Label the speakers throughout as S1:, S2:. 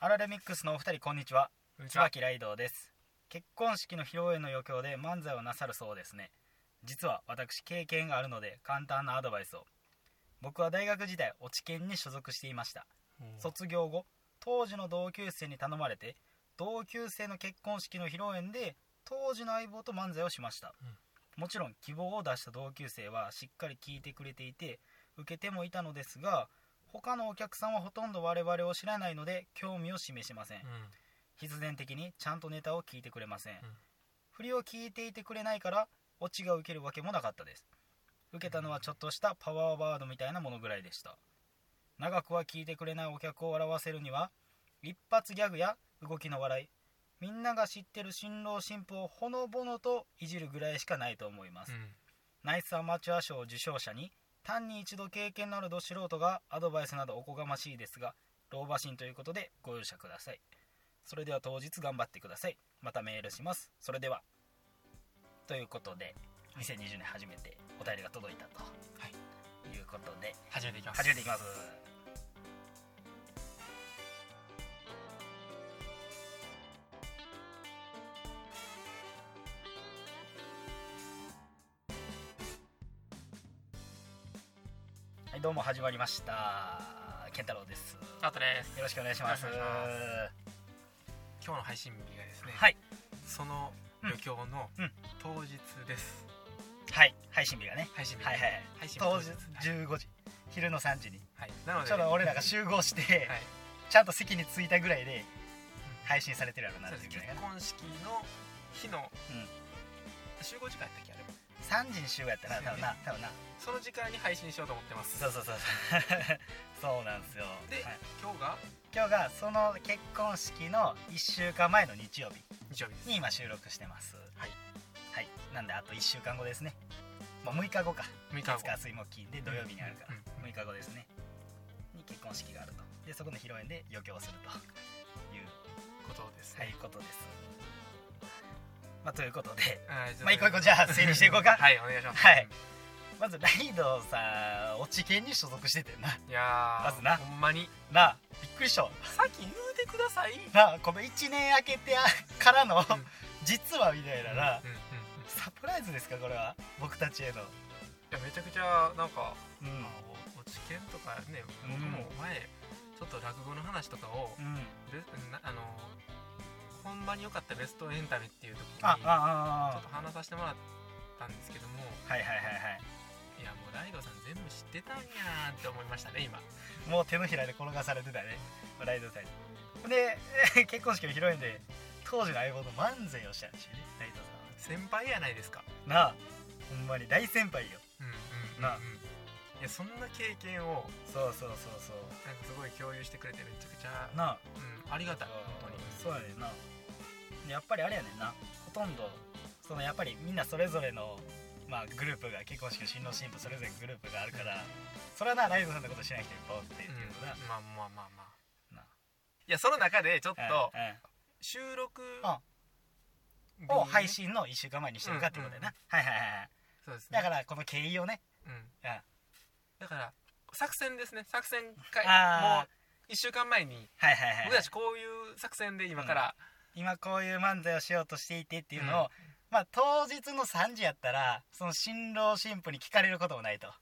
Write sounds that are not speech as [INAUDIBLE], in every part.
S1: アラレミックスのお二人こんにちは
S2: こんにちは
S1: 椿ライドウです結婚式の披露宴の余興で漫才をなさるそうですね実は私経験があるので簡単なアドバイスを僕は大学時代落研に所属していました卒業後当時の同級生に頼まれて同級生の結婚式の披露宴で当時の相棒と漫才をしました、もちろん希望を出した同級生はしっかり聞いてくれていて受けてもいたのですが他のお客さんはほとんど我々を知らないので興味を示しません、
S2: うん
S1: 必然的にちゃんとネタを聞いてくれません、
S2: ん
S1: 振りを聞いていてくれないからオチが受けるわけもなかったです受けたのはちょっとしたパワーワードみたいなものぐらいでした長くは聞いてくれないお客を笑わせるには一発ギャグや動きの笑いみんなが知ってる新郎新婦をほのぼのといじるぐらいしかないと思います、
S2: うん
S1: ナイスアマチュア賞受賞者に単に一度経験のあるど素人がアドバイスなどおこがましいですが老婆心ということでご容赦くださいそれでは当日頑張ってくださいまたメールしますそれではということで2020年初めてお便りが届いたと、い、うことで
S2: 始めていきます
S1: 始めていきますはいどうも始まりました健太郎です
S2: スタートです
S1: よろしくお願いします
S2: よろしくお願いし今日の配信日がですね
S1: はい
S2: その余興の
S1: うんうん
S2: 当日です
S1: はい配信日がね
S2: 配信日
S1: はいはい
S2: 配信日
S1: 当日
S2: はい
S1: 15時昼の3時に
S2: はいなので
S1: ちょうど俺らが集合して、
S2: はい
S1: ちゃんと席に着いたぐらいで配信されてるやろうな
S2: そ
S1: って
S2: うで
S1: いう
S2: す結
S1: ぐらいかな
S2: 婚式の日の
S1: うん
S2: 集合時間やったっけあれも
S1: 3時に集合やったら多分な多分な
S2: その時間に配信しようと思ってます
S1: そうそう [LAUGHS] そうそうそうなんですよ
S2: で
S1: はい
S2: 今日
S1: 今日
S2: が
S1: がその結婚式の1週間前の日曜日
S2: 日曜日です
S1: に今収録してます
S2: はい、
S1: はい、なんであと1週間後ですね、まあ、6日後か
S2: 6
S1: 月
S2: 日後
S1: 火水木金で土曜日にあるから
S2: うん
S1: 6日後ですねに結婚式があるとでそこの披露宴で余興をするという
S2: ことです
S1: はい
S2: ね
S1: ことです、まあ、ということで
S2: はい
S1: まあ一個一個じゃあ整理していこうか
S2: はいお願いします
S1: はいまずライドさん落研に所属しててんない
S2: やー
S1: まずな
S2: ほんまに
S1: なあびっくりしたわ
S2: さっき言うてください
S1: なあこの1年明けてあからの
S2: ん
S1: 実はみたいなな
S2: うんうんうんい
S1: サプライズですかこれは僕たちへの
S2: やめちゃくちゃなんか
S1: うん
S2: まあお落ち研とかね
S1: うん
S2: 僕も前ちょっと落語の話とかを、
S1: うん
S2: べなあのほんまに良かったベストエンタメっていう時にちょ
S1: ああ
S2: っ
S1: あああ
S2: と話させてもらったんですけども
S1: はいはいはいはい
S2: いやもうライドさん全部知ってたんやーって思いましたね今
S1: もう手のひらで転がされてたねライドさんにで [LAUGHS] 結婚式の披露宴で当時の相棒と漫才をしたらしいねライドさ
S2: 先輩やないですか
S1: んはなあほんまに大先輩よ
S2: うんうん
S1: なあ
S2: いやそんな経験を
S1: そうそうそうそう
S2: なんかすごい共有してくれてめちゃくちゃ、
S1: なあ
S2: うん、ありがたい本当に
S1: そうやねんなでやっぱりあれやねんなほとんどそのやっぱりみんなそれぞれの、まあ、グループが結婚式の新郎新婦それぞれグループがあるからそれはなライドさんのこと知らない人いっぱいおってっていうのな、
S2: まあまあまあまあ
S1: ない
S2: やその中でちょっと
S1: うんうん
S2: 収録
S1: あ
S2: 日に
S1: を配信の1週間前にしてるかっていうことやな、はいはいはいはい
S2: そうですね
S1: だからこの経緯をね、
S2: うん
S1: うん
S2: だから作戦ですね作戦会も
S1: あー
S2: う1週間前に
S1: はいはいはい
S2: 僕たちこういう作戦で今から、
S1: 今こういう漫才をしようとしていてっていうのを、
S2: うん
S1: まあ当日の3時やったらその新郎新婦に聞かれることもないと
S2: あ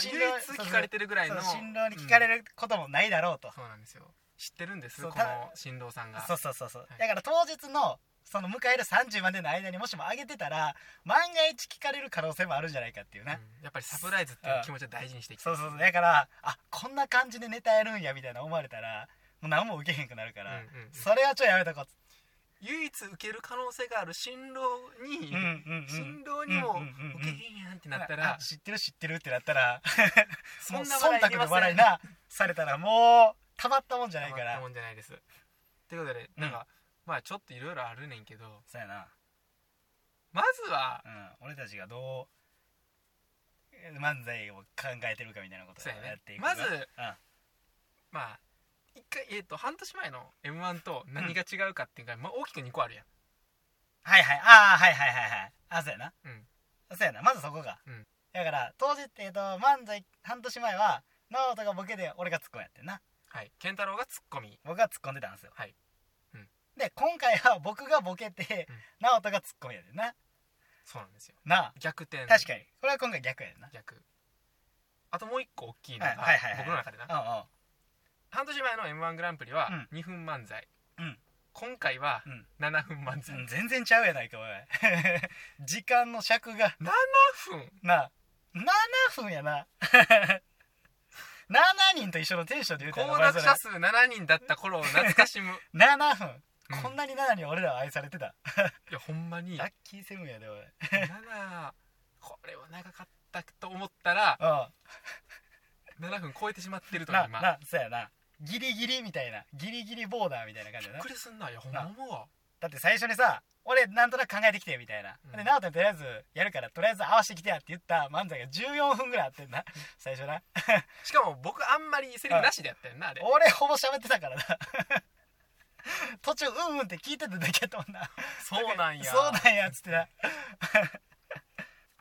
S1: 新
S2: 唯
S1: 郎
S2: 一聞かれてるぐらい
S1: そ
S2: の
S1: の新郎に聞かれ
S2: る、
S1: ることもないだろうと、
S2: そうなんですよ知ってるんです
S1: そ
S2: こ
S1: う
S2: の
S1: た
S2: 新郎さんが
S1: そうそうそうそう、
S2: はい
S1: だから当日のその迎える3時までの間にもしも上げてたら万が一聞かれる可能性もあるんじゃないかっていうな、
S2: うんやっぱりサプライズっていう気持ちを大事にしていきた
S1: そ
S2: いう
S1: そうそうだからあこんな感じでネタやるんやみたいな思われたらもう何も受けへんくなるから、
S2: うんうんうん
S1: それはちょっとやめとこ
S2: 唯一受ける可能性がある新郎
S1: う、
S2: に、
S1: うんうんうん
S2: 新郎にも受けへんやんってなったら
S1: あ、知ってる知ってるってなったら
S2: そ
S1: もうん
S2: な笑い
S1: 忖
S2: いり
S1: 度の
S2: ません
S1: 笑いなされたらもうたまったもんじゃないか
S2: 余った
S1: ら
S2: もんじゃないですということで
S1: うん
S2: なんか、まあちょっといろいろあるねんけど
S1: そうやな、
S2: まずは
S1: うん、俺たちがどうえー漫才を考えてるかみたいなことを
S2: そうやね
S1: やっていくか
S2: まず
S1: う
S2: まあ一回えっ、と半年前の m 1と何が違うかっていうか、まあ、大きく2個あるやん
S1: ん、はいはいああはいはいはいはいあそうやな
S2: うん
S1: そうやなまずそこが、
S2: うん
S1: だから当時ってえっと漫才半年前は直人がボケで俺がツッコミやってんな
S2: はい健太郎がツッコミ
S1: 僕が突っ込んでたんですよ
S2: はいうん
S1: で今回は僕がボケて、
S2: うん
S1: 直人がツッコミやでな
S2: そうなんですよ
S1: な
S2: 逆転
S1: あ確かにこれは今回逆やでな
S2: 逆あともう一個大きいのが、
S1: はいはいはいはい
S2: 僕の中でな
S1: う
S2: 半年前の m 1グランプリは2分漫才、
S1: うん
S2: 今回は
S1: んうん
S2: 7分漫才、
S1: うん全然ちゃうやないかおい [LAUGHS] 時間の尺が
S2: 7分
S1: な7分やな [LAUGHS] 7人と一緒のテンションで言うた
S2: 高
S1: らお前そ
S2: 額
S1: れ
S2: 者数7人だった頃を懐か
S1: [LAUGHS]
S2: しむ、
S1: 7分、
S2: うん
S1: こんなに7に俺らは愛されてた
S2: いやほんまに
S1: ラッキーセブンやでおい
S2: 7これは長かったと思ったら
S1: う
S2: 7分超えてしまってる
S1: ん
S2: と
S1: な
S2: 今
S1: なそうやなギリギリみたいなギリギリボーダーみたいな感じ
S2: び
S1: だ
S2: っ
S1: な
S2: くりすんないやほんま思うわ
S1: だって最初にさ俺なんとなく考えてきてみたいな、
S2: うん
S1: で直人にとりあえずやるからとりあえず合わせてきてやって言った漫才が14分ぐらいあってん
S2: [LAUGHS]
S1: な最初な
S2: しかも僕あんまりセリフなしでやったよなあれ
S1: 俺ほぼ喋ってたからな [LAUGHS] 途中うんうんって聞いてただけやと思うな
S2: そうなんや
S1: そうなんやっつってな [LAUGHS]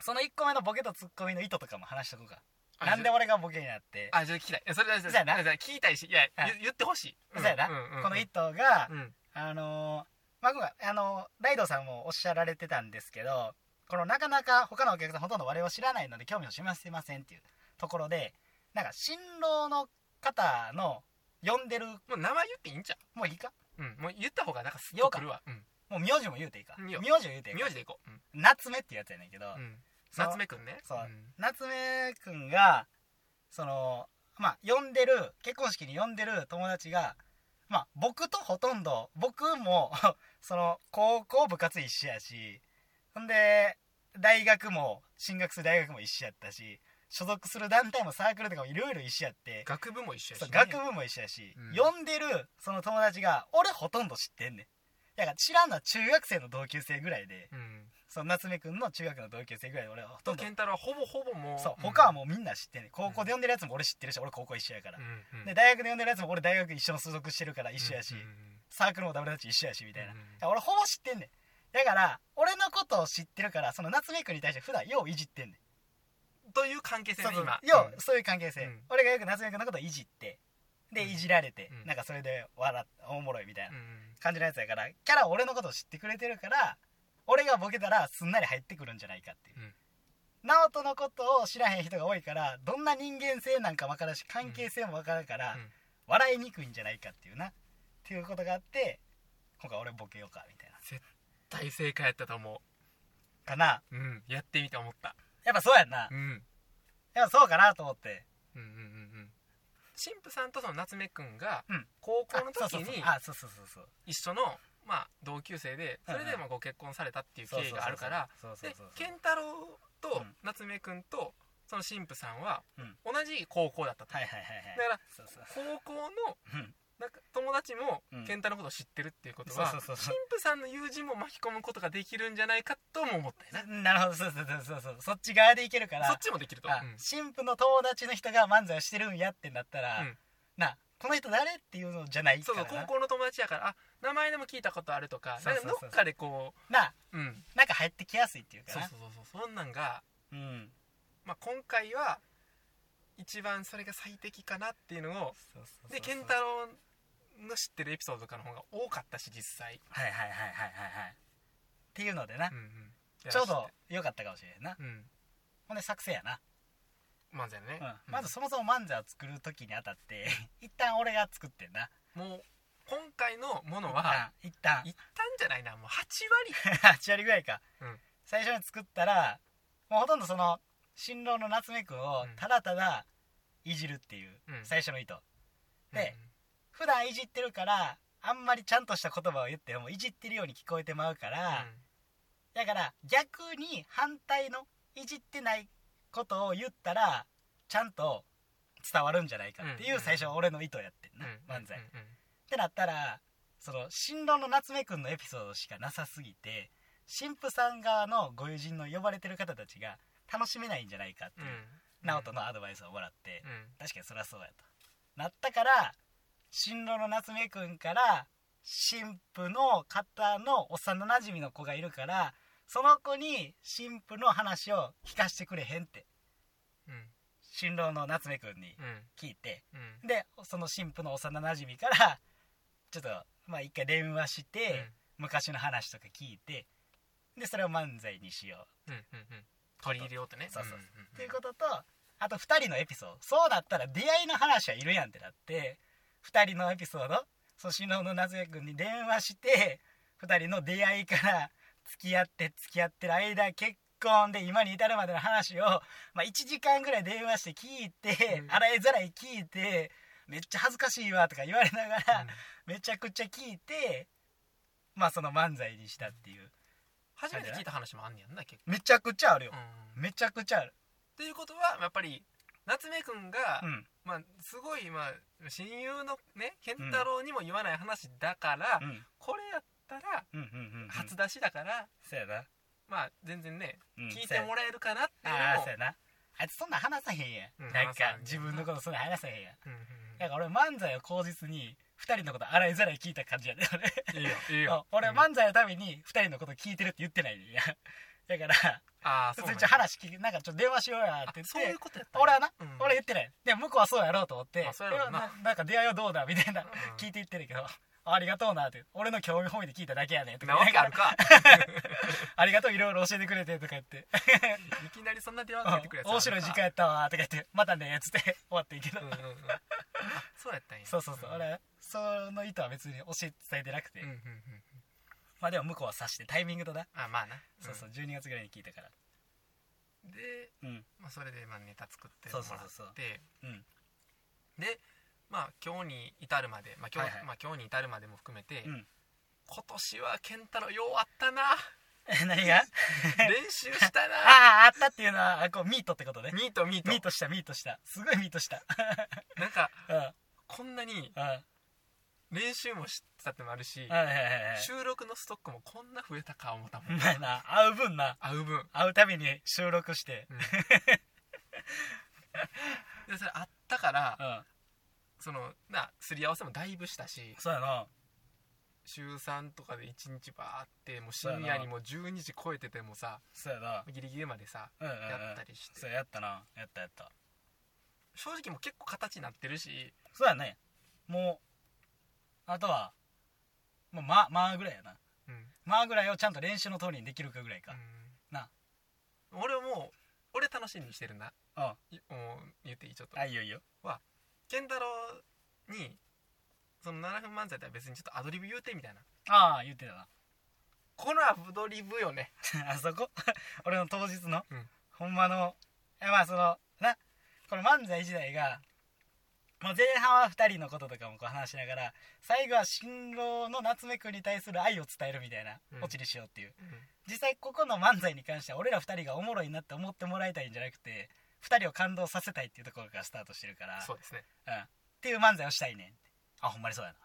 S1: その1個目のボケとツッコミの意図とかも話しとこうか
S2: あ
S1: なんで俺がボケになって
S2: あじゃあ聞きたいいやそれだそ
S1: そ
S2: れ
S1: うやな
S2: だ聞きたいしいや
S1: はい
S2: ゆ言ってほしい
S1: そうやな、この意図が、
S2: うん
S1: あのーまあ今回あのーライドさんもおっしゃられてたんですけどこのなかなか他のお客さんほとんど我を知らないので興味を示せませんっていうところでなんか新郎の方の呼んでる
S2: もう名前言っていいんじゃ
S1: もういいか
S2: んうんもう言った方がなんかすっとくるわうん
S1: もう名字も言うていいか
S2: いい
S1: 名
S2: よ
S1: 字を言うていいか
S2: 名字でいこううん
S1: 夏目っていうやつやねんけど、
S2: うん
S1: その
S2: 夏目くんね
S1: そうん夏目くんがそのまあ呼んでる結婚式に呼んでる友達がまあ僕とほとんど僕も [LAUGHS] その高校部活一緒やしほんで大学も進学する大学も一緒やったし所属する団体もサークルとかもいろいろ一緒やって
S2: 学部も一緒やし
S1: そう
S2: ね
S1: 学部も一緒やし、
S2: うん
S1: 呼んでるその友達が俺ほとんど知ってんねんだから知らんのは中学生の同級生ぐらいで
S2: うん
S1: その夏目くんの中学の同級生ぐらいで俺はほと
S2: と
S1: んど
S2: 健太郎はほぼほぼもう
S1: そう、
S2: ん
S1: 他はもうみんな知ってんねん高校で呼んでるやつも俺知ってるし俺高校一緒やから、
S2: うんうん
S1: で大学で呼んでるやつも俺大学一緒の所属してるから一緒やし、
S2: うんうん
S1: サークルもダブルダッチ一緒やしみたいな、
S2: うんうん
S1: だから俺ほぼ知ってんねんだから俺のことを知ってるからその夏目くんに対して普段よういじってんねん
S2: うんという関係性
S1: そう
S2: ね
S1: そう
S2: 今
S1: ようそういう関係性、
S2: うん
S1: 俺がよく夏目くんのことをいじってで、
S2: うん
S1: いじられて、
S2: うん
S1: なんかそれで笑っおもろいみたい
S2: うん
S1: な
S2: うん
S1: 感じのやつやからキャラは俺のことを知ってくれてるから俺がボケたらすんなり入ってくるんじゃないかっていう
S2: うん
S1: 直人のことを知らへん人が多いからどんな人間性なんか分からんし関係性も分からんから、
S2: うん
S1: 笑いにくいんじゃないかっていうなっていうことがあって今回俺ボケようかみたいな
S2: 大正解やったと思
S1: かな
S2: ううんやってみて思った
S1: やっぱそうやんな、
S2: うん
S1: やっぱそうかなと思って
S2: うんうんうんうん神父さんとその夏目くんが
S1: うん
S2: 高
S1: あ
S2: 校の時
S1: そうそうそう
S2: に
S1: あそうそうそうそう
S2: 一緒のまあ同級生で
S1: うん
S2: そ
S1: うん
S2: れでまあご結婚されたっていう
S1: そう
S2: 経
S1: そう
S2: 緯があるから
S1: そうそう
S2: で
S1: そうそう
S2: 健太郎
S1: う
S2: と
S1: ん
S2: 夏目くんとその神父さんは
S1: うん
S2: 同じ高校だったと
S1: はいはいはいはい
S2: だから
S1: そうそう
S2: 高校の
S1: うん
S2: なんか友達も
S1: うん
S2: 健太のことを知ってるっていうこと
S1: そう
S2: は
S1: そう
S2: 神
S1: そうそう
S2: 父さんの友人も巻き込むことができるんじゃないかとも思ったよ
S1: ななるほどそうそうそうそうそうそっち側でいけるから
S2: なそっちもできると
S1: あ
S2: うん
S1: 新婦の友達の人が漫才をしてるんやってなったら、
S2: うん
S1: なこの人誰っていうのじゃないか
S2: そう
S1: ら
S2: そう
S1: な
S2: 高校の友達やからあ名前でも聞いたことあるとか
S1: そう
S2: なん
S1: そう
S2: か
S1: そう
S2: どっかでこ
S1: な
S2: ううん
S1: なんか入ってきやすいっていうか
S2: そう
S1: な
S2: そうそうそうそんなんが
S1: うん
S2: まあ今回は一番それが最適かなっていうのを
S1: そうそうそう
S2: で健太郎の知ってるエピソードとかの方が多かったし実際
S1: はいはいはいはいはいはいっていうのでな、
S2: うんうん
S1: ちょうど良かったかもしれんな
S2: うん
S1: ほんで作成やな、
S2: 漫才のね
S1: うんまずそもそも漫才を作る時にあたって一旦俺が作ってんな
S2: もう今回のものは
S1: うん一旦 [LAUGHS]
S2: いったんじゃないなもう8
S1: 8割ぐらいか、
S2: うん
S1: 最初に作ったらもうほとんどその新郎の夏目くんを
S2: うん
S1: ただただいじるっていう、
S2: うん
S1: 最初の意図
S2: 割
S1: で普段いじってるからあんまりちゃんとした言葉を言ってもいじってるように聞こえてまうか
S2: うん
S1: ら、だから逆に反対のいじってないことを言ったらちゃんと伝わるんじゃないかっていううん最初は俺の意図やってんな、
S2: うん
S1: 漫才、
S2: う
S1: っ
S2: んうん、
S1: てなったらその新郎の夏目くんのエピソードしかなさすぎて新婦さん側のご友人の呼ばれてる方たちが楽しめないんじゃないかっていううん直人のアドバイスをもらって、
S2: うん
S1: 確かにそりゃそうやとなったから新郎の夏目くんから新婦の方の幼なじみの子がいるからその子に新婦の話を聞かしてくれへんって
S2: うん
S1: 新郎の夏目くんに
S2: うん
S1: 聞いて
S2: うん
S1: でその新婦の幼なじみからちょっとまあ一回電話して、昔の話とか聞いてでそれを漫才にしよ
S2: うんうんうんうん取り入れようってね
S1: そうそうそ
S2: んん
S1: う、
S2: ん
S1: っていうこととあと2人のエピソードそうだったら出会いの話はいるやんってなって2人のエピソード粗品の夏目くんに電話して2人の出会いから付き合って付き合ってる間結婚で今に至るまでの話を、まあ、1時間ぐらい電話して聞いて、
S2: うん
S1: 洗いざらい聞いてめっちゃ恥ずかしいわとか言われながら、
S2: うん
S1: めちゃくちゃ聞いてまあその漫才にしたっていう
S2: 初めて聞いた話もあんねやんな結
S1: めちゃくちゃあるよ
S2: 構、うん
S1: めちゃくちゃある
S2: ということはやっぱり夏目くんが、
S1: うん
S2: まあ、すごい、まあ、親友のね健太郎にも言わない話だから、
S1: うん
S2: これやったら
S1: うんうんうんうん
S2: 初出しだから、
S1: そうやな、
S2: まあ全然ね
S1: うん、
S2: 聞いてもらえるかなって
S1: そう
S2: いう
S1: やなああ
S2: のも
S1: そうやなあいつそんな話さへんやん、
S2: うん
S1: なん
S2: 話さ
S1: か
S2: へんやん
S1: 自分のことそんな話さへんやん
S2: うん
S1: だから俺漫才を口実に2人のこと洗いざらい聞いた感じやで俺
S2: うんいいよいいよ
S1: 俺
S2: うん
S1: 漫才のために2人のこと聞いてるって言ってないねんや [LAUGHS] だから
S2: ああ
S1: 普
S2: そ
S1: 通に
S2: うなんや
S1: ちょ話聞きなんかちょっと電話しようやっ
S2: あ
S1: て言って
S2: そういうことやったんや
S1: 俺はな、
S2: うん
S1: 俺言ってないで向こうはそうやろうと思って
S2: まあそうやろうな
S1: でななんか出会いはどうだみたいな、
S2: うん
S1: 聞いていってるけどありがとうなって俺の興味本位で聞いただけやねとか
S2: なわけあるか
S1: ありがとういろいろ教えてくれてとか言って
S2: いきなりそんな電話かけてくるや
S1: うん面白い時間やったわとか言ってまたねっつって終わっていいけど、
S2: うんうんうんあそうやったんや
S1: そうそうそう、
S2: ん
S1: 俺その意図は別に教え伝えてなくて、
S2: うんうんうん
S1: まあでも向こうは察してタイミングとな、
S2: あまあな
S1: そうそう12月ぐらいに聞いたから
S2: うんで、
S1: うん
S2: まあ、それでまあネタ作っても
S1: そ
S2: ら
S1: う
S2: って
S1: そうそうそううん
S2: でまあ今日に至るまで、まあ今日
S1: はいはい
S2: まあ、今日に至るまでも含めて、
S1: うん
S2: 今年は健太郎ようあった
S1: [LAUGHS]
S2: な
S1: え何が
S2: 練習した
S1: あ [LAUGHS]
S2: な
S1: ああったっていうのはあこうミートってことね
S2: ミートミート
S1: ミートしたミートしたすごいミートした
S2: なんか
S1: うんうん
S2: こんなに
S1: はい
S2: 練習もしたってのもあるし、
S1: はいはいはい
S2: 収録のストックもこんな増えたか思ったも
S1: うんまいな会う分な
S2: 合う分、うん
S1: 会うたびに収録して、
S2: でそれあったから
S1: うん
S2: そのなすり合わせもだいぶしたし
S1: そうやな
S2: 週3とかで1日バーってもう深夜にもう12時超えててもさ
S1: そうやな
S2: ギリギリまでさ
S1: うんうん、うん、
S2: やったりして
S1: そうやったなやったやった
S2: 正直もう結構形になってるし
S1: そうやねもうあとはもうままあぐらいやな
S2: うん、
S1: まあぐらいをちゃんと練習の通りにできるかぐらいか
S2: うん
S1: な
S2: 俺はもう俺楽しみにしてるな
S1: うんあ
S2: いもう言っていいちょっと
S1: いいよいいよ
S2: 健太郎にその7分漫才とは別にちょっとアドリブ言うてみたいな
S1: ああ言ってたな [LAUGHS]
S2: このアドリブよね
S1: あそこ [LAUGHS] 俺の当日の、
S2: うん
S1: ほんまのえまあそのなこの漫才時代がもう前半は2人のこととかもこう話しながら最後は新郎の夏目くんに対する愛を伝えるみたいな
S2: うん
S1: オチにしようっていう、実際ここの漫才に関しては俺ら2人がおもろいなって思ってもらいたいんじゃなくて2人を感動させたいっていうところからスタートしてるから
S2: そうですね、
S1: うん、っていう漫才をしたいねんってあほんまにそうやなっ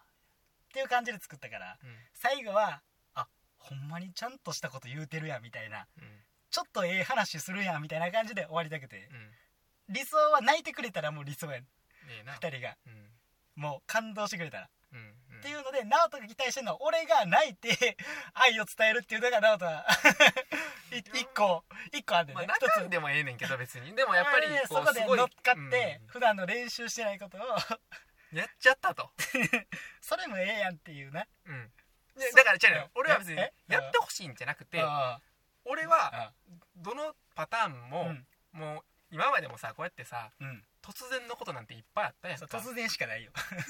S1: ていう感じで作ったから最後はあほんまにちゃんとしたこと言うてるやんみたいな
S2: うん
S1: ちょっとええ話するやんみたいな感じで終わりたくて
S2: うん
S1: 理想は泣いてくれたらもう理想やん
S2: ええな
S1: 2人が
S2: うん
S1: もう感動してくれたら、
S2: うんうん
S1: っていうので直人が期待してるのは俺が泣いて愛を伝えるっていうのが直人は [LAUGHS] い一個一個あんねん
S2: まあ
S1: ね、
S2: 中でもええねんけど別にでもやっ
S1: [LAUGHS]
S2: ぱり
S1: いいそ
S2: こ
S1: こ
S2: うす
S1: で乗
S2: ごい
S1: っかって、普段の練習してないことを [LAUGHS]
S2: うんやっちゃったと
S1: それもええやんっていうな
S2: うんでだから違う
S1: え
S2: よ俺は別にや
S1: え
S2: ってほしいんじゃなくて
S1: あ
S2: 俺
S1: あ
S2: は
S1: あ
S2: どのパターン
S1: あ
S2: も
S1: うん
S2: もう今までもさこうやってさ
S1: うん
S2: 突然のことなんていっぱいあったやん
S1: そう
S2: か
S1: 突然しか
S2: [LAUGHS]
S1: ないよ
S2: だか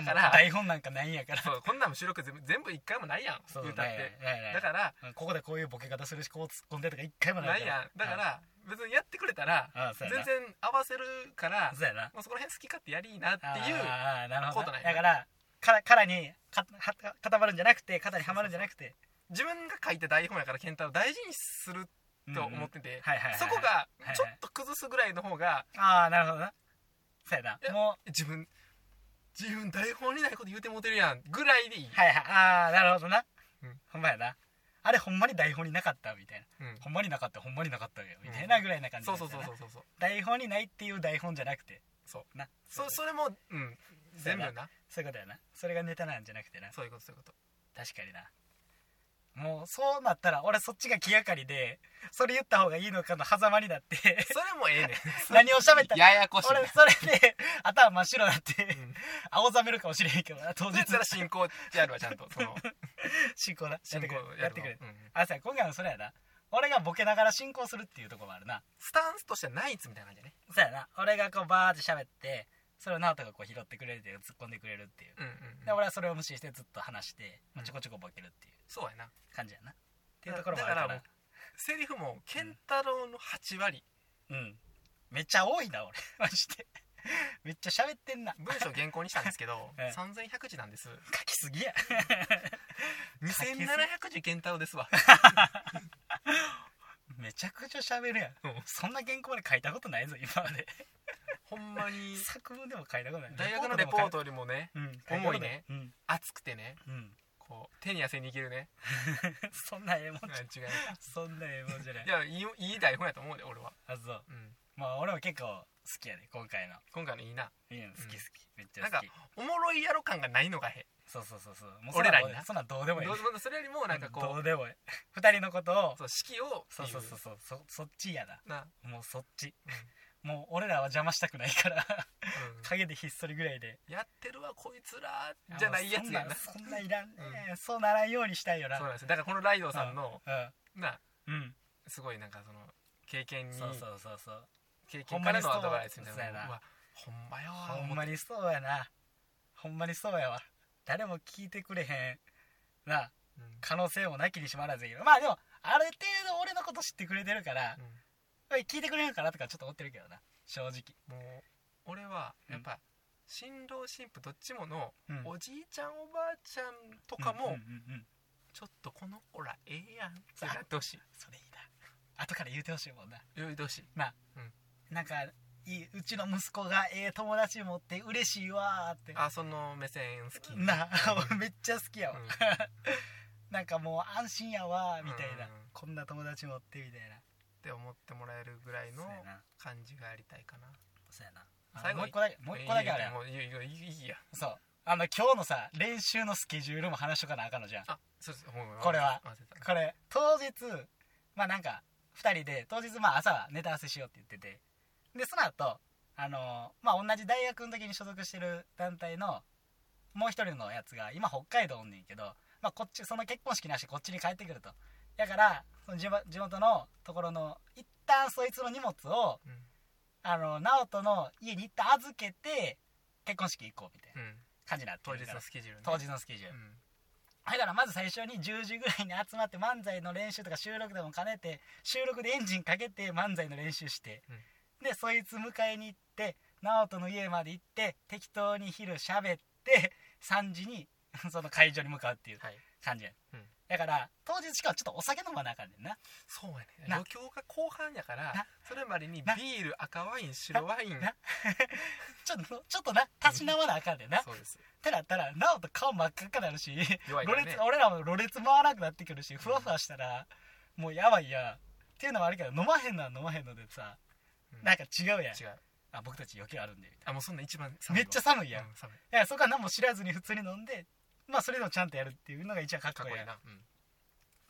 S1: なんも台本なんかないんやから
S2: そうこんなんも収録全部全部一回もないやん
S1: そう
S2: 言うたっ
S1: ない
S2: て
S1: ないない
S2: だから
S1: うんここでこういうボケ方するしこう突っ込んでとか一回もな
S2: ないいやんだか
S1: うん
S2: ら別にやってくれたら
S1: ああそう
S2: 全
S1: やな
S2: 然合わせるから
S1: そうやな
S2: もうそこら辺好き勝手やりいなっていう
S1: ああなるほ
S2: こ
S1: ど
S2: とな
S1: なん
S2: や
S1: だからからからにかは固まるんじゃなくて肩にはまるんじゃなくて
S2: 自分が書いた台本やから健太を大事にすると思ってて
S1: はいはいはい
S2: そこが
S1: いはい
S2: ちょっと崩すぐらいの方が
S1: ああなるほどなそうや
S2: え
S1: なも
S2: 自分自分台本にないこと言うてもうてるやんぐらいでいい、
S1: うはいはいああなるほどな、
S2: うん
S1: ほんまやなあれほんまに台本になかったみたいな
S2: うん
S1: ほんまになかったほんまになかったよみたいなぐらいな感じ
S2: そ
S1: で
S2: う
S1: す
S2: そ
S1: よ
S2: う
S1: な
S2: そうそうそうそう
S1: 台本にないっていう台本じゃなくて
S2: そう
S1: な
S2: そそれもう
S1: そう
S2: ん
S1: や
S2: 全部
S1: な
S2: な
S1: そういうことやなそれがネタなんじゃなくてな
S2: そういうことそういうこと
S1: 確かになもうそうなったら俺そっちが気がかりでそれ言った方がいいのかの狭間になって
S2: [LAUGHS] それもえ
S1: [LAUGHS]
S2: えねん
S1: 何を喋ったら
S2: ややこしいな
S1: 俺それで頭真っ白になって
S2: うん
S1: 青ざめるかもしれへんけどな当
S2: そ
S1: 日
S2: れたら進行やるわちゃん
S1: [LAUGHS]
S2: とその
S1: 進行なや
S2: 進
S1: ってく
S2: 行や
S1: れ
S2: るわ
S1: やってくれ
S2: うん
S1: あさ今回もそれやな俺がボケながら進行するっていうところもあるな
S2: スタンスとしてはナイツみたいなんじゃね
S1: そうやな俺がこうバーって喋ってそれを直人がこう拾ってくれるっていう突っ込んでくれるっていう
S2: うんうんうん
S1: で俺はそれを無視してずっと話して、まあ、
S2: うん
S1: ちょこちょこボケるっていう
S2: そうやな
S1: 感じやなっていうところもある
S2: だ
S1: か
S2: かららもうセリフも健太郎の8割
S1: うんめっちゃ多いな俺 [LAUGHS] マジでめっちゃ喋ってんな
S2: 文章原稿にしたんですけど
S1: ええ
S2: 3100字なんです
S1: 書きすぎや
S2: [LAUGHS] 2700字健太
S1: [LAUGHS]
S2: 郎ですわ
S1: めちゃくちゃ喋るやん
S2: うん
S1: そんな原稿まで書いたことないぞ今まで
S2: ほんまに
S1: 作文でも書いたことない
S2: 大学のレポー
S1: ト
S2: トよりもね
S1: でも書いたうん
S2: 重いね
S1: 書たこと
S2: 熱くてね
S1: ないうんうん
S2: こう手に汗握る
S1: [LAUGHS]
S2: ね
S1: そんなええもん
S2: うん
S1: じゃ
S2: 違う
S1: そんなええもんじゃない
S2: いやいいいい台本やと思うで俺は、
S1: あそう
S2: うん、
S1: まあ俺も結構好きやね今回の
S2: 今回のいいな
S1: うん好き好き、めっちゃ
S2: なん
S1: 好
S2: か
S1: き
S2: おもろいやろ感がないのがへ
S1: そうそうそうそうもう
S2: 俺らにな
S1: そんなんどうで
S2: ど
S1: もいいそんなんどうでもいいね
S2: うそれよりもなんか
S1: ど
S2: こ
S1: うでもいい二人のことを
S2: うそう式を
S1: そうそうそう
S2: ってい
S1: そうそそっちやな
S2: うな、
S1: もうそっち
S2: うん
S1: もう俺らは邪魔したくないから
S2: うん
S1: 陰でひっそりぐらいで
S2: やってるわこいつらじゃないやつやなそ
S1: そんなそんないらんね、そうならんようにしたいよな
S2: うなんですよだからこのライドウさんの
S1: う
S2: なん
S1: うん
S2: すごいなんかその経験に
S1: そうそうそうそう
S2: 経験からの
S1: ほ
S2: ア
S1: んまにそう
S2: ドバイスみたいな
S1: そうやな
S2: うわほんまよ
S1: ほんまにそうやなほんまにそうやわ誰も聞いてくれへんな
S2: うん
S1: 可能性もなきにしもあらずやけどまあでもある程度俺のこと知ってくれてるから
S2: うん
S1: 聞いてくれるかなとかちょっと思ってるけどな正直
S2: もう俺はやっぱ新郎新婦どっちもの
S1: うん
S2: おじいちゃんおばあちゃんとか
S1: うんう
S2: も
S1: んうんうん
S2: ちょっとこの子らええやんってなってほしい
S1: それいいな後から言うてほしいもんな
S2: 言うてほしい
S1: なんかいいうちの息子がええ友達持って嬉しいわーって
S2: あその目線
S1: [LAUGHS]
S2: 好き
S1: な
S2: うん
S1: めっちゃ好きやわ、
S2: うん
S1: なんかもう安心やわーみたいな、
S2: うんうん
S1: こんな友達持ってみたいな
S2: って思ってもらえるぐらいの
S1: そうやな
S2: 感じがやりたいかな
S1: そうやなあの
S2: 最後
S1: もう一個だけもう一個だけあれや
S2: もういいよいいよいいよいいや
S1: そうあの今日のさ練習のスケジュールも話しとかなあかんのじゃん
S2: あそうですほんま
S1: これは
S2: 忘れた
S1: これ当日まあなんか2人で当日まあ朝はネタ合わせしようって言っててでその後あのーまあ同じ大学の時に所属してる団体のもう一人のやつが今北海道おんねんけど、まあ、こっちその結婚式なしでこっちに帰ってくるとだからその地元地元のところの一旦そいつの荷物を
S2: うん
S1: あの直人の家に一旦預けて結婚式行こうみたいな
S2: うん
S1: 感じになって
S2: 当
S1: る
S2: 日
S1: から
S2: のスケジュールね
S1: 当日のスケジュール、だからまず最初に10時ぐらいに集まって漫才の練習とか収録でも兼ねて収録でエンジンかけて漫才の練習して、でそいつ迎えに行って直人の家まで行って適当に昼喋って3時に [LAUGHS] その会場に向かうっていう
S2: うんはい
S1: 感じや、
S2: うん
S1: だから当日しかもちょっとお酒飲まなあかんねんな
S2: そうやね
S1: な
S2: 余興が後半やから
S1: な
S2: それまでにビ
S1: な
S2: ール赤ワイン白ワイン
S1: なちょっとちょっとなたしなまなあかんねんな、っ
S2: そうです
S1: てなったら直人顔真っ赤になるし、
S2: 弱いか
S1: ろ
S2: ら
S1: れ
S2: ね
S1: つ俺らもろれつ回らなくなってくるしふわふわしたらもうやばいやっていうのはあるけど飲まへんのは飲まへんのでさ
S2: うん
S1: なんか違うやん
S2: 違う
S1: あ僕たち余計あるんでみたい
S2: あもうそんな一番
S1: なめっちゃ寒いやん、
S2: うん寒い
S1: いやそこは何も知らずに普通に飲んでまあそれでもちゃんとやるっていうのが一番かっ
S2: かっ
S1: こい
S2: こ
S1: い
S2: い
S1: や
S2: い
S1: んっ
S2: なうん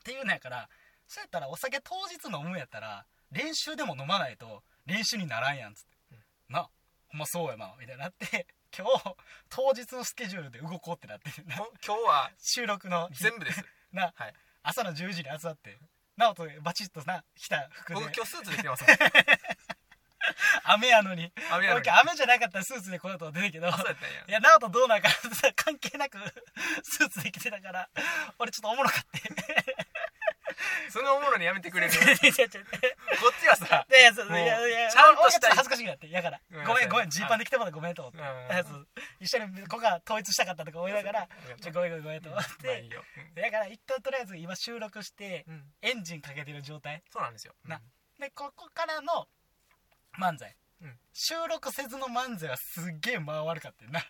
S1: ていうのやからそうやったらお酒当日飲むんやったら練習でも飲まないと練習にならんやんっつって、なほんまそうやなみたいになって [LAUGHS] 今日当日のスケジュールで動こうってなってんな
S2: もう今日は
S1: 収録の日
S2: 全部
S1: [LAUGHS]
S2: です
S1: な、
S2: はい
S1: 朝の10時に集まってなおとバチッとな来た服で
S2: 僕今日スーツで来てますも
S1: [LAUGHS]
S2: ん
S1: 雨やのに
S2: 雨やの
S1: 俺
S2: に
S1: 今日雨じゃなかったらスーツでこの後出るけど
S2: そうやったん
S1: いや
S2: や
S1: なおとどうなんか [LAUGHS] 関係なくスーツで着てたから俺ちょっとおもろかって
S2: そのおもろにやめてくれる [LAUGHS] こ
S1: いやいやいや
S2: っちはさ
S1: いやそう
S2: もう
S1: いやいや
S2: ちゃんとした
S1: 俺がちょ
S2: い
S1: っ恥ずかしくなってやから
S2: ごめんな
S1: ご
S2: さい
S1: めんごめんジーパンで着てもらったごめんと思って
S2: うん
S1: いや [LAUGHS] そう一緒にここが統一したかったとか思いながら
S2: うん
S1: ちょごめんごめんごめんと思っ
S2: まあい
S1: て
S2: いよ
S1: だから一旦とりあえず今収録して
S2: うんうん
S1: エンジンかけてる状態
S2: そうなんですよ
S1: なでここからの漫才、
S2: うん
S1: 収録せずの漫才はすっげえ間悪かったよな、
S2: こ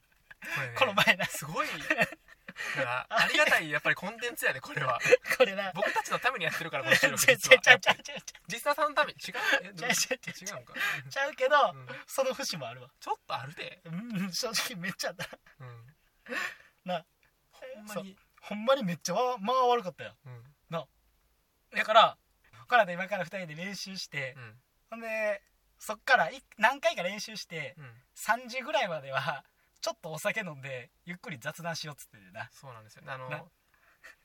S1: こ
S2: れ
S1: の
S2: ね
S1: 前な [LAUGHS]
S2: すごいだからありがたいやっぱりコンテンツやでこ
S1: [LAUGHS]
S2: れは
S1: これな
S2: 僕たちのためにやってるからこの収録
S1: ちゃうち
S2: 実
S1: ゃう
S2: は
S1: ちゃうちゃうちゃう
S2: リスナーさんのために違うえ
S1: ちゃ
S2: どう
S1: うちゃうちゃう
S2: 違うんか
S1: ちゃうけど、
S2: うん
S1: その節もあるわ
S2: ちょっとあるで
S1: うん正直めっちゃあった
S2: うん
S1: な
S2: ほんまに
S1: ほんまにめっちゃ間間悪かったよ
S2: うん
S1: だからここからで今から2人で練習して、
S2: うん
S1: ほんでそっからい何回か練習して
S2: うん
S1: 3時ぐらいまではちょっとお酒飲んでゆっくり雑談しようっつっててな
S2: そうなんですよあの
S1: な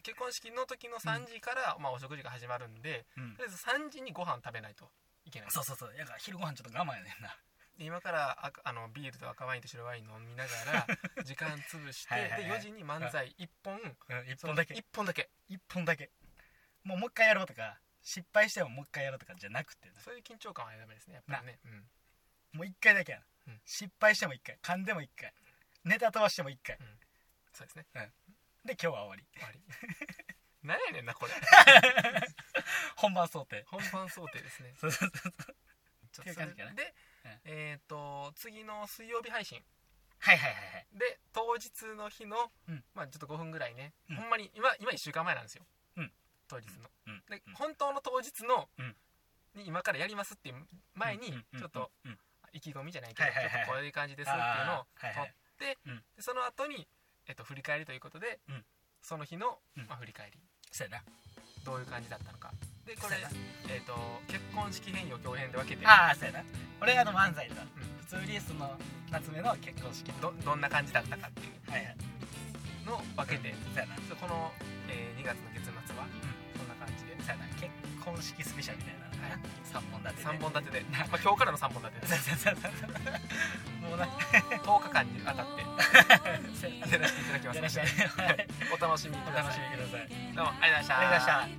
S2: 結婚式の時の3時から、まあ、お食事が始まるんで
S1: うん
S2: とりあえず3時にご飯食べないといけない
S1: そうそうそうだから昼ご飯ちょっと我慢やねんな
S2: で今から赤あのビールと赤ワインと白ワイン飲みなが
S1: [LAUGHS]
S2: ら時間潰して
S1: はいはいはい
S2: で4時に漫才1
S1: う
S2: 本
S1: ん1本だけ
S2: 1本だけ
S1: 1本だけもうもう一回やろうとか失敗してももう一回やろうとかじゃなくてな
S2: そういう緊張感はダメですねやっぱりね、うん
S1: もう一回だけやな、
S2: うん
S1: 失敗しても一回噛んでも一回ネタ飛ばしても一回
S2: そうですね
S1: で今日は終わり
S2: 終
S1: [LAUGHS]
S2: わり何やねんなこれ
S1: 本番想定
S2: 本番想定ですね
S1: そうそうそうそう [LAUGHS]
S2: ち
S1: っていう感じかな
S2: で、
S1: うん
S2: えっ、と次の水曜日配信
S1: はいはいはいはい
S2: で当日の日の、
S1: うん
S2: まあちょっと5分ぐらいね、
S1: うん
S2: ほんまに今今1週間前なんですよ、
S1: うん
S2: 当日の、
S1: うん
S2: で
S1: うん
S2: 本当の当日の、
S1: うん
S2: に今からやりますっていう前に
S1: うんうん
S2: ちょっと
S1: うんうん
S2: 意気込みじゃないけ
S1: は
S2: ど、
S1: いはいはい
S2: ちょっとこういう感じですっていうのを
S1: あーはい
S2: 撮
S1: は
S2: っ
S1: い
S2: て、
S1: うん
S2: でその後にえっと振り返りということで、
S1: うん
S2: その日の、
S1: うん
S2: まあ、振り返り
S1: そうや
S2: どういう感じだったのかでこ
S1: そう
S2: れ
S1: やな、
S2: えっと結婚式編予教編で分けて
S1: なああそうやな俺あの漫才と
S2: うん
S1: 普通リースの夏目の結婚式と
S2: どどんな感じだったかってい
S1: はいはいう
S2: のを分けて、
S1: そうやな
S2: そうこの、え2月の月末はそんな感じで
S1: そうやな結婚式スペシャルみたいなのが
S2: はい
S1: 三本立てで
S2: 3本
S1: [LAUGHS]
S2: 立てで、まあ、今日からの3本立
S1: そ
S2: て
S1: う
S2: で
S1: そうそうそうもう [LAUGHS] な
S2: 10日間にわ
S1: [LAUGHS]
S2: たって
S1: そうやな
S2: やらせていただき
S1: よ
S2: ます
S1: ろ
S2: の
S1: しく
S2: で
S1: お願いします
S2: お楽しみく
S1: お
S2: だ
S1: 楽
S2: さ
S1: し
S2: い
S1: みください
S2: どうもありがとうございました
S1: ありがとうございました